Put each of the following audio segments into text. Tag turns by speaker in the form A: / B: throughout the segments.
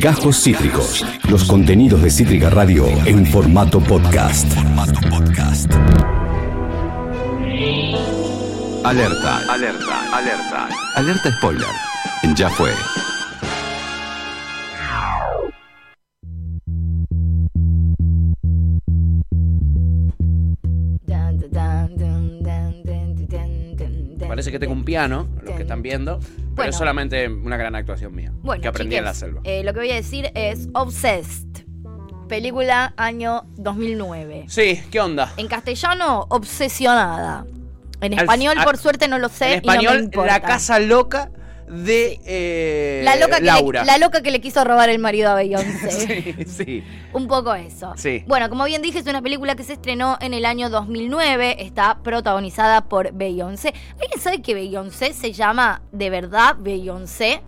A: Gajos Cítricos. Los contenidos de Cítrica Radio en formato podcast.
B: Alerta, alerta, alerta. Alerta spoiler. Ya fue.
C: Parece que tengo un piano, los que están viendo, pero
D: Bueno.
C: es solamente una gran actuación mía
D: Bueno,
C: que aprendí en la
D: chiques,
C: selva.
D: eh, lo que voy a decir es Obsessed, película año 2009.
C: Sí, ¿qué onda?
D: En castellano, Obsesionada. En
C: Al-
D: español,
C: a-
D: por suerte, no lo sé.
C: en español,
D: y no me importa.
C: la casa loca de eh,
D: La loca, que
C: Laura.
D: Le, la loca que le quiso robar el marido a Beyoncé.
C: sí, sí.
D: Un poco eso.
C: Sí.
D: Bueno, como bien dije, es una película que se estrenó en el año 2009. Está protagonizada por Beyoncé. ¿Alguien sabe que Beyoncé se llama de verdad Beyoncé?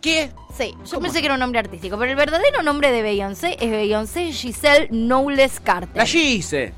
C: ¿Qué?
D: Sí, yo pensé que era un nombre artístico, pero el verdadero nombre de Beyoncé es Beyoncé Giselle Knowles Carter.
C: La hice.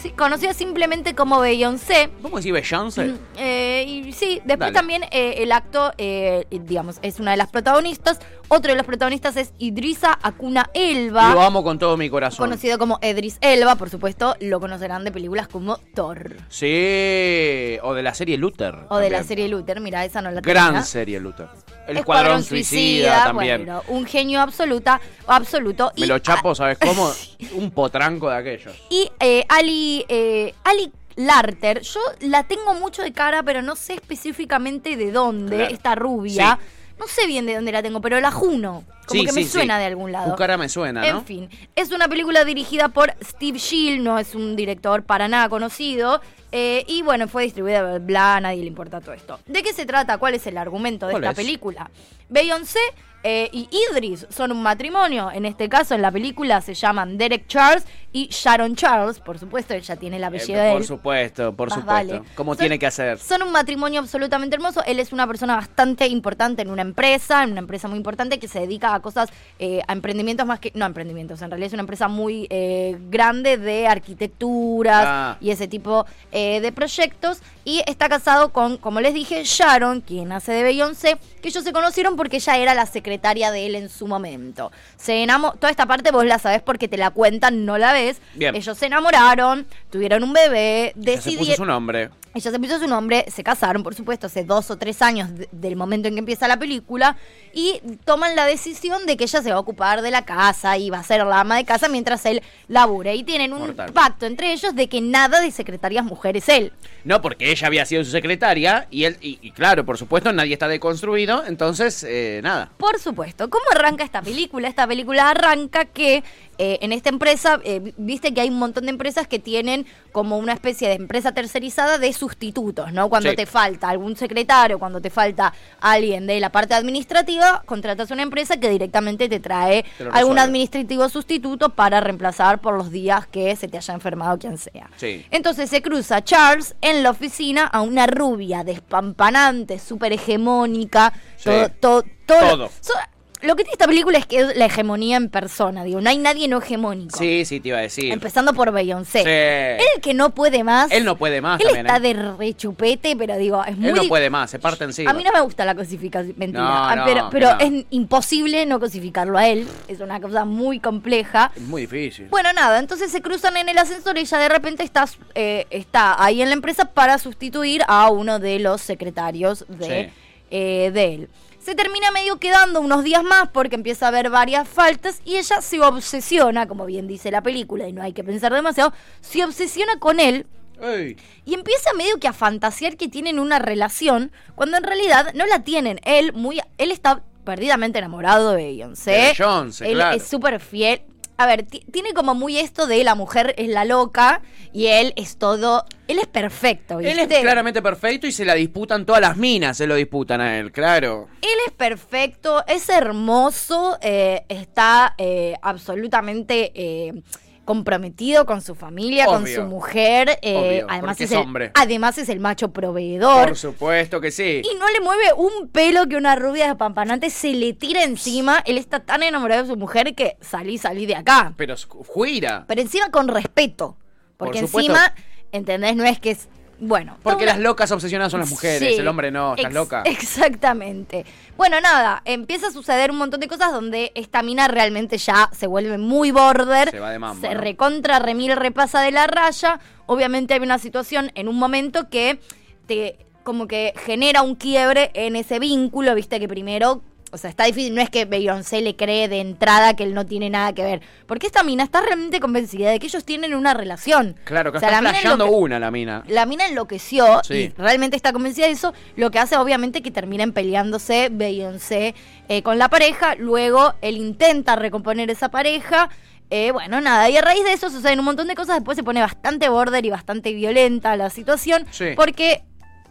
D: Sí, conocida simplemente como Beyoncé.
C: ¿Cómo decís Beyoncé?
D: Mm, eh, y sí,
C: Dale.
D: después también eh, el acto, eh, digamos, es una de las protagonistas. Otro de los protagonistas es Idrisa Acuna Elba.
C: Lo amo con todo mi corazón.
D: Conocido como Edris Elba, por supuesto, lo conocerán de películas como Thor.
C: Sí, o de la serie Luther.
D: O de la
C: también.
D: serie Luther, mira, esa no la tenía.
C: Gran serie Luther. El Escuadrón Suicida, también.
D: bueno, un genio absoluta, absoluto.
C: Me
D: y ah,
C: lo
D: a-
C: chapo, ¿sabes cómo? Un potranco de aquellos.
D: Y eh, Ali, eh, Ali Larter, yo la tengo mucho de cara, pero no sé específicamente de dónde,
C: Claro.
D: esta rubia. No sé bien de dónde la tengo, pero la Juno. Como
C: Sí,
D: que me
C: sí, sí.
D: suena de algún lado.
C: Cucara me suena, ¿no?
D: En fin, es una película dirigida por Steve Shield, no es un director para nada conocido. eh, y bueno, fue distribuida, bla, bla, a nadie le importa todo esto. ¿De qué se trata? ¿Cuál es el argumento de
C: ¿Cuál
D: esta
C: es?
D: película? Beyoncé eh, y Idris son un matrimonio. En este caso, en la película se llaman Derek Charles y Sharon Charles. Por supuesto, ella tiene el
C: Eh,
D: apellido de
C: por
D: él.
C: supuesto, por
D: Más
C: supuesto.
D: vale.
C: Como
D: Son-
C: tiene que hacer.
D: Son un matrimonio absolutamente hermoso. Él es una persona bastante importante en una empresa, en una empresa muy importante que se dedica a cosas, eh, a emprendimientos más que. No, a emprendimientos. En realidad es una empresa muy eh, grande de arquitecturas
C: Ah.
D: y ese tipo eh, de proyectos. Y está casado con, como les dije, Sharon, quien hace de Beyoncé, que ellos se conocieron porque ella era la secretaria de él en su momento. Se enamoró. Toda esta parte vos la sabés porque te la cuentan, no la ves.
C: Bien.
D: Ellos se enamoraron, tuvieron un bebé,
C: Ya Se puso su
D: decidieron.
C: nombre.
D: Ella se puso su nombre, se casaron, por supuesto, hace dos o tres años de- del momento en que empieza la película, y toman la decisión de que ella se va a ocupar de la casa y va a ser la ama de casa mientras él labure. Y tienen un
C: Mortal.
D: pacto entre ellos de que nada de secretarias mujeres él.
C: No, porque ella había sido su secretaria y él, y, y claro, por supuesto, nadie está deconstruido, entonces, eh, nada.
D: Por supuesto. ¿Cómo arranca esta película? Esta película arranca que eh, en esta empresa, eh, vi- viste que hay un montón de empresas que tienen como una especie de empresa tercerizada de sustitutos, ¿no? Cuando
C: Sí.
D: te falta algún secretario, cuando te falta alguien de la parte administrativa, contratas una empresa que directamente te trae
C: Te lo
D: algún
C: resuelve.
D: administrativo sustituto para reemplazar por los días que se te haya enfermado quien sea.
C: Sí.
D: Entonces se cruza Charles en la oficina a una rubia despampanante, súper hegemónica,
C: Sí.
D: todo, todo, todo lo-
C: Todo.
D: so- lo que tiene esta película es que es la hegemonía en persona, digo, no hay nadie no hegemónico.
C: Sí, sí, te iba a decir.
D: Empezando por Beyoncé.
C: Sí.
D: Él el que no puede más.
C: Él no puede más
D: Él
C: también,
D: está
C: ¿eh?
D: de rechupete, pero digo, es muy
C: Él no
D: di-
C: puede más, se parte encima.
D: A mí no me gusta la cosificación, mentira.
C: No,
D: Ah,
C: no, que
D: pero pero
C: no.
D: es imposible no cosificarlo a él. Es una cosa muy compleja.
C: Es muy difícil.
D: Bueno, nada, entonces se cruzan en el ascensor y ella de repente está, eh, está ahí en la empresa para sustituir a uno de los secretarios de,
C: Sí.
D: eh, de él. Se termina medio quedando unos días más porque empieza a haber varias faltas y ella se obsesiona, como bien dice la película, y no hay que pensar demasiado, se obsesiona con él
C: Ey,
D: y empieza medio que a fantasear que tienen una relación cuando en realidad no la tienen. Él muy él está perdidamente enamorado de Beyoncé.
C: De Beyoncé,
D: él
C: claro.
D: es súper fiel. A ver, ti- tiene como muy esto de la mujer es la loca y él es todo, él es perfecto, ¿viste?
C: Él es claramente perfecto y se la disputan todas las minas, se lo disputan a él, claro.
D: Él es perfecto, es hermoso, eh, está eh, absolutamente eh, comprometido con su familia, con
C: Obvio.
D: su mujer. eh,
C: Obvio,
D: además,
C: porque
D: es
C: es
D: el,
C: hombre.
D: además es el macho proveedor.
C: Por supuesto que sí.
D: Y no le mueve un pelo que una rubia despampanante se le tira encima. Él está tan enamorado de su mujer que salí, salí de acá.
C: Pero juira.
D: Pero encima con respeto.
C: Por
D: Porque
C: supuesto.
D: encima, ¿entendés? No es que es Bueno.
C: Porque
D: toda
C: las
D: una-
C: locas obsesionadas son las mujeres,
D: Sí.
C: el hombre no, estás
D: Ex-
C: loca.
D: Exactamente. Bueno, nada, empieza a suceder un montón de cosas donde esta mina realmente ya se vuelve muy border.
C: Se va de mambo,
D: Se
C: ¿no?
D: recontra, remil, repasa de la raya. Obviamente hay una situación en un momento que te como que genera un quiebre en ese vínculo, viste que primero... O sea, está difícil, no es que Beyoncé le cree de entrada que él no tiene nada que ver. Porque esta mina está realmente convencida de que ellos tienen una relación.
C: Claro, que
D: O sea,
C: está
D: la mina
C: flasheando
D: enloque-
C: una la mina.
D: la mina enloqueció
C: Sí.
D: y realmente está convencida de eso, lo que hace obviamente que terminen peleándose Beyoncé eh, con la pareja, luego él intenta recomponer esa pareja, eh, bueno, nada, y a raíz de eso suceden un montón de cosas, después se pone bastante border y bastante violenta la situación,
C: Sí.
D: porque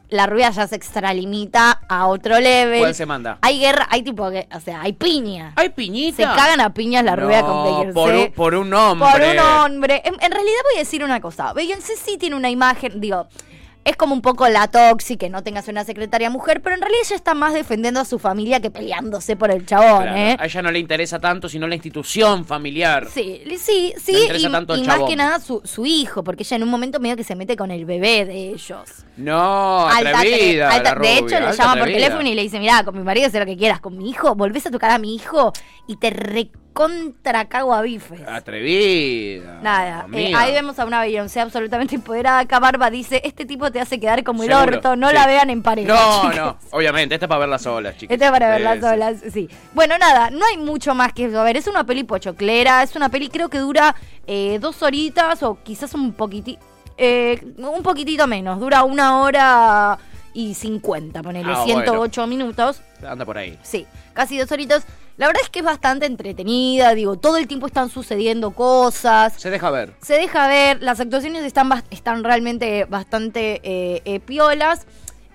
D: la rubia ya se extralimita a otro level.
C: ¿Cuál se manda?
D: Hay guerra, hay tipo, que- o sea, hay piña.
C: Hay
D: se
C: piñita.
D: cagan a piñas la rubia
C: No,
D: con Beyoncé.
C: Por un, por un hombre.
D: Por un hombre. En, en realidad voy a decir una cosa. Beyoncé sí tiene una imagen, digo, es como un poco la toxi que no tengas una secretaria mujer, pero en realidad ella está más defendiendo a su familia que peleándose por el chabón,
C: Claro,
D: ¿eh?
C: A ella no le interesa tanto, sino la institución familiar.
D: Sí, li- sí, sí,
C: Le interesa
D: y,
C: tanto el
D: y más
C: chabón.
D: que nada su, su hijo, porque ella en un momento medio que se mete con el bebé de ellos.
C: No,
D: Alta-
C: Oh, atrevida.
D: alta-
C: la
D: de
C: rubia,
D: hecho, le
C: alta
D: llama por
C: atrevida.
D: teléfono y le dice, mirá, con mi marido haz lo que quieras, con mi hijo, volvés a tocar a mi hijo y te recontra cago a bifes.
C: Ah, Atrevida.
D: Nada, eh,
C: amiga.
D: ahí vemos a una Beyoncé absolutamente empoderada. Acá Barba dice, este tipo te hace quedar como el
C: Seguro,
D: orto, no
C: sí.
D: la vean en pareja.
C: No,
D: chicas".
C: no, obviamente, esta es para verla sola, chicas.
D: Este es para
C: Sí,
D: verla
C: sí.
D: sola, sí. Bueno, nada, no hay mucho más que eso. A ver, es una peli pochoclera, es una peli creo que dura eh, dos horitas o quizás un poquitito, un poquitito menos. Dura una hora y cincuenta, ponele,
C: Ah, bueno.
D: 108 minutos.
C: Anda por ahí.
D: Sí, casi dos horitas. La verdad es que es bastante entretenida, digo, todo el tiempo están sucediendo cosas.
C: Se deja ver.
D: Se deja ver, las actuaciones están, bas- están realmente bastante eh, eh, piolas.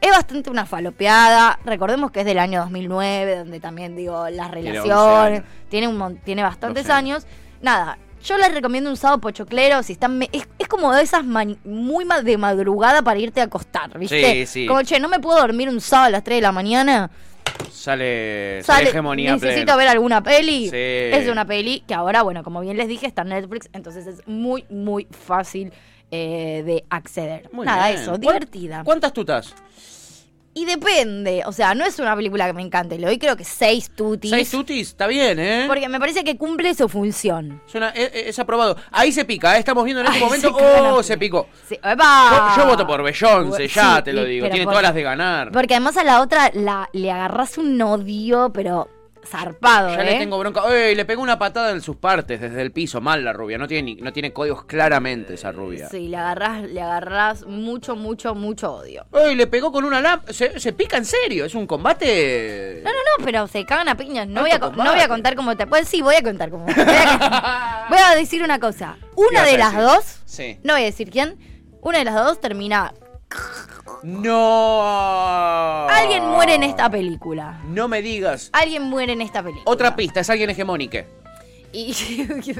D: Es bastante una falopeada. Recordemos que es del año 2009, donde también, digo, las
C: Tiene 11
D: relaciones.
C: años.
D: Tiene, un, mon- tiene bastantes
C: 12
D: años.
C: años.
D: Nada, yo les recomiendo un sábado pochoclero. Si están, me- es, es como de esas mani- muy ma- de madrugada para irte a acostar,
C: Sí,
D: ¿viste?
C: sí.
D: Como, che, no me puedo dormir un sábado a las 3 de la mañana.
C: Sale, sale,
D: Sale,
C: hegemonía
D: necesito
C: plena.
D: ver alguna peli.
C: Sí.
D: Es una peli que ahora, bueno, como bien les dije, está en Netflix, entonces es muy, muy fácil eh, de acceder.
C: Muy
D: Nada,
C: bien.
D: eso,
C: ¿Cuán-
D: divertida.
C: ¿Cuántas tutas?
D: Y depende, o sea, no es una película que me encante, le doy creo que seis tutis.
C: ¿Seis tutis? Está bien, ¿eh?
D: Porque me parece que cumple su función.
C: Suena- e- e- es, aprobado. Ahí se pica, ¿eh? estamos viendo en este
D: Ay,
C: momento.
D: se cagan
C: ¡Oh,
D: a
C: se
D: piña.
C: picó!
D: Sí,
C: Yo,
D: ¡epa!
C: yo voto por Beyoncé, ya
D: Sí,
C: te lo
D: y-
C: digo.
D: pero
C: Tiene
D: por-
C: todas las de ganar.
D: Porque además a la otra la, le agarras un odio, pero zarpado,
C: Ya
D: ¿eh?
C: le tengo bronca. ¡Ey! Le pegó una patada en sus partes desde el piso. Mal la rubia. No tiene, ni- no tiene códigos claramente esa rubia.
D: Sí, le agarras, le agarras mucho, mucho, mucho odio.
C: ¡Ey! Le pegó con una lámpara. Se, se pica en serio. Es un combate.
D: No, no, no, pero se cagan a piñas. No,
C: Alto
D: voy a, co-
C: combate.
D: no voy a contar cómo te. Pues sí, voy a contar cómo. Voy a, voy a decir una cosa. Una
C: vas
D: de
C: a
D: las
C: decir?
D: dos.
C: Sí.
D: No voy a decir quién. Una de las dos termina.
C: ¡No!
D: Alguien muere en
C: Ah.
D: esta película.
C: No me digas.
D: Alguien muere en esta película.
C: Otra pista, es alguien hegemónico.
D: Y, sí,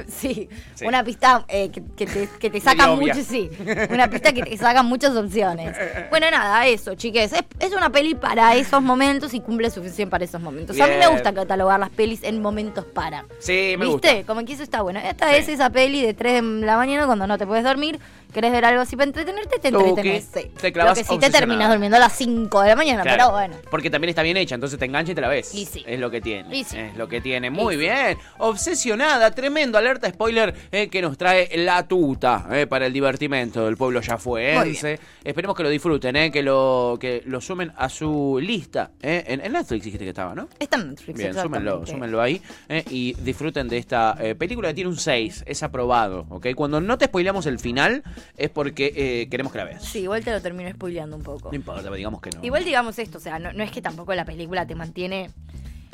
C: Sí.
D: una pista eh, que, que te, que te saca
C: Medio obvia.
D: mucho, sí. Una pista que te saca muchas opciones. Bueno, nada, eso, chiques. Es, es una peli para esos momentos y cumple suficiente para esos momentos. A mí me
C: Bien.
D: gusta catalogar las pelis en momentos para.
C: Sí, me
D: ¿Viste?
C: gusta.
D: Como que eso está bueno. Esta
C: Sí.
D: es esa peli de 3 de la mañana cuando no te puedes dormir, querés ver algo así para entretenerte, te
C: Tuki,
D: entretenés. sí.
C: te clavas
D: Lo que sí te
C: obsesionada.
D: terminas durmiendo a las 5 de la mañana,
C: Claro,
D: Ah, pero bueno.
C: Porque también está bien hecha, entonces te engancha y te la ves.
D: Y sí.
C: Es lo que tiene.
D: Y sí.
C: Es lo que tiene.
D: Y
C: Muy
D: sí.
C: bien. Obsesionada, tremendo alerta spoiler eh, que nos trae la tuta eh, para el divertimento del pueblo ya
D: Muy bien.
C: fue. Esperemos que lo disfruten, eh, que lo que lo sumen a su lista. eh, en, en Netflix dijiste que estaba, ¿no?
D: Está en Netflix.
C: Bien, súmenlo,
D: exactamente.
C: súmenlo ahí eh, y disfruten de esta eh, película que tiene un 6, es aprobado, ¿ok? Cuando no te spoilamos el final es porque eh, queremos que la veas.
D: Sí, igual te lo termino spoileando un poco.
C: No importa, digamos que no.
D: Igual digamos esto, o sea, no, no es que tampoco la película te mantiene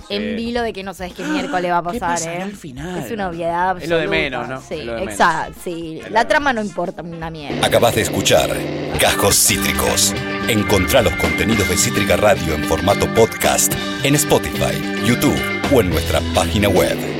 D: en
C: Sí.
D: vilo de que no sabes qué miércoles va a
C: ¿Qué
D: pasar,
C: pasará
D: ¿eh?
C: al final?
D: Es una obviedad absoluta.
C: Es lo de menos, ¿no?
D: Sí,
C: Es lo de menos.
D: exacto, sí. La trama no importa una mierda.
A: Acabas de escuchar Cajos Cítricos. Encontrá los contenidos de Cítrica Radio en formato podcast en Spotify, YouTube o en nuestra página web.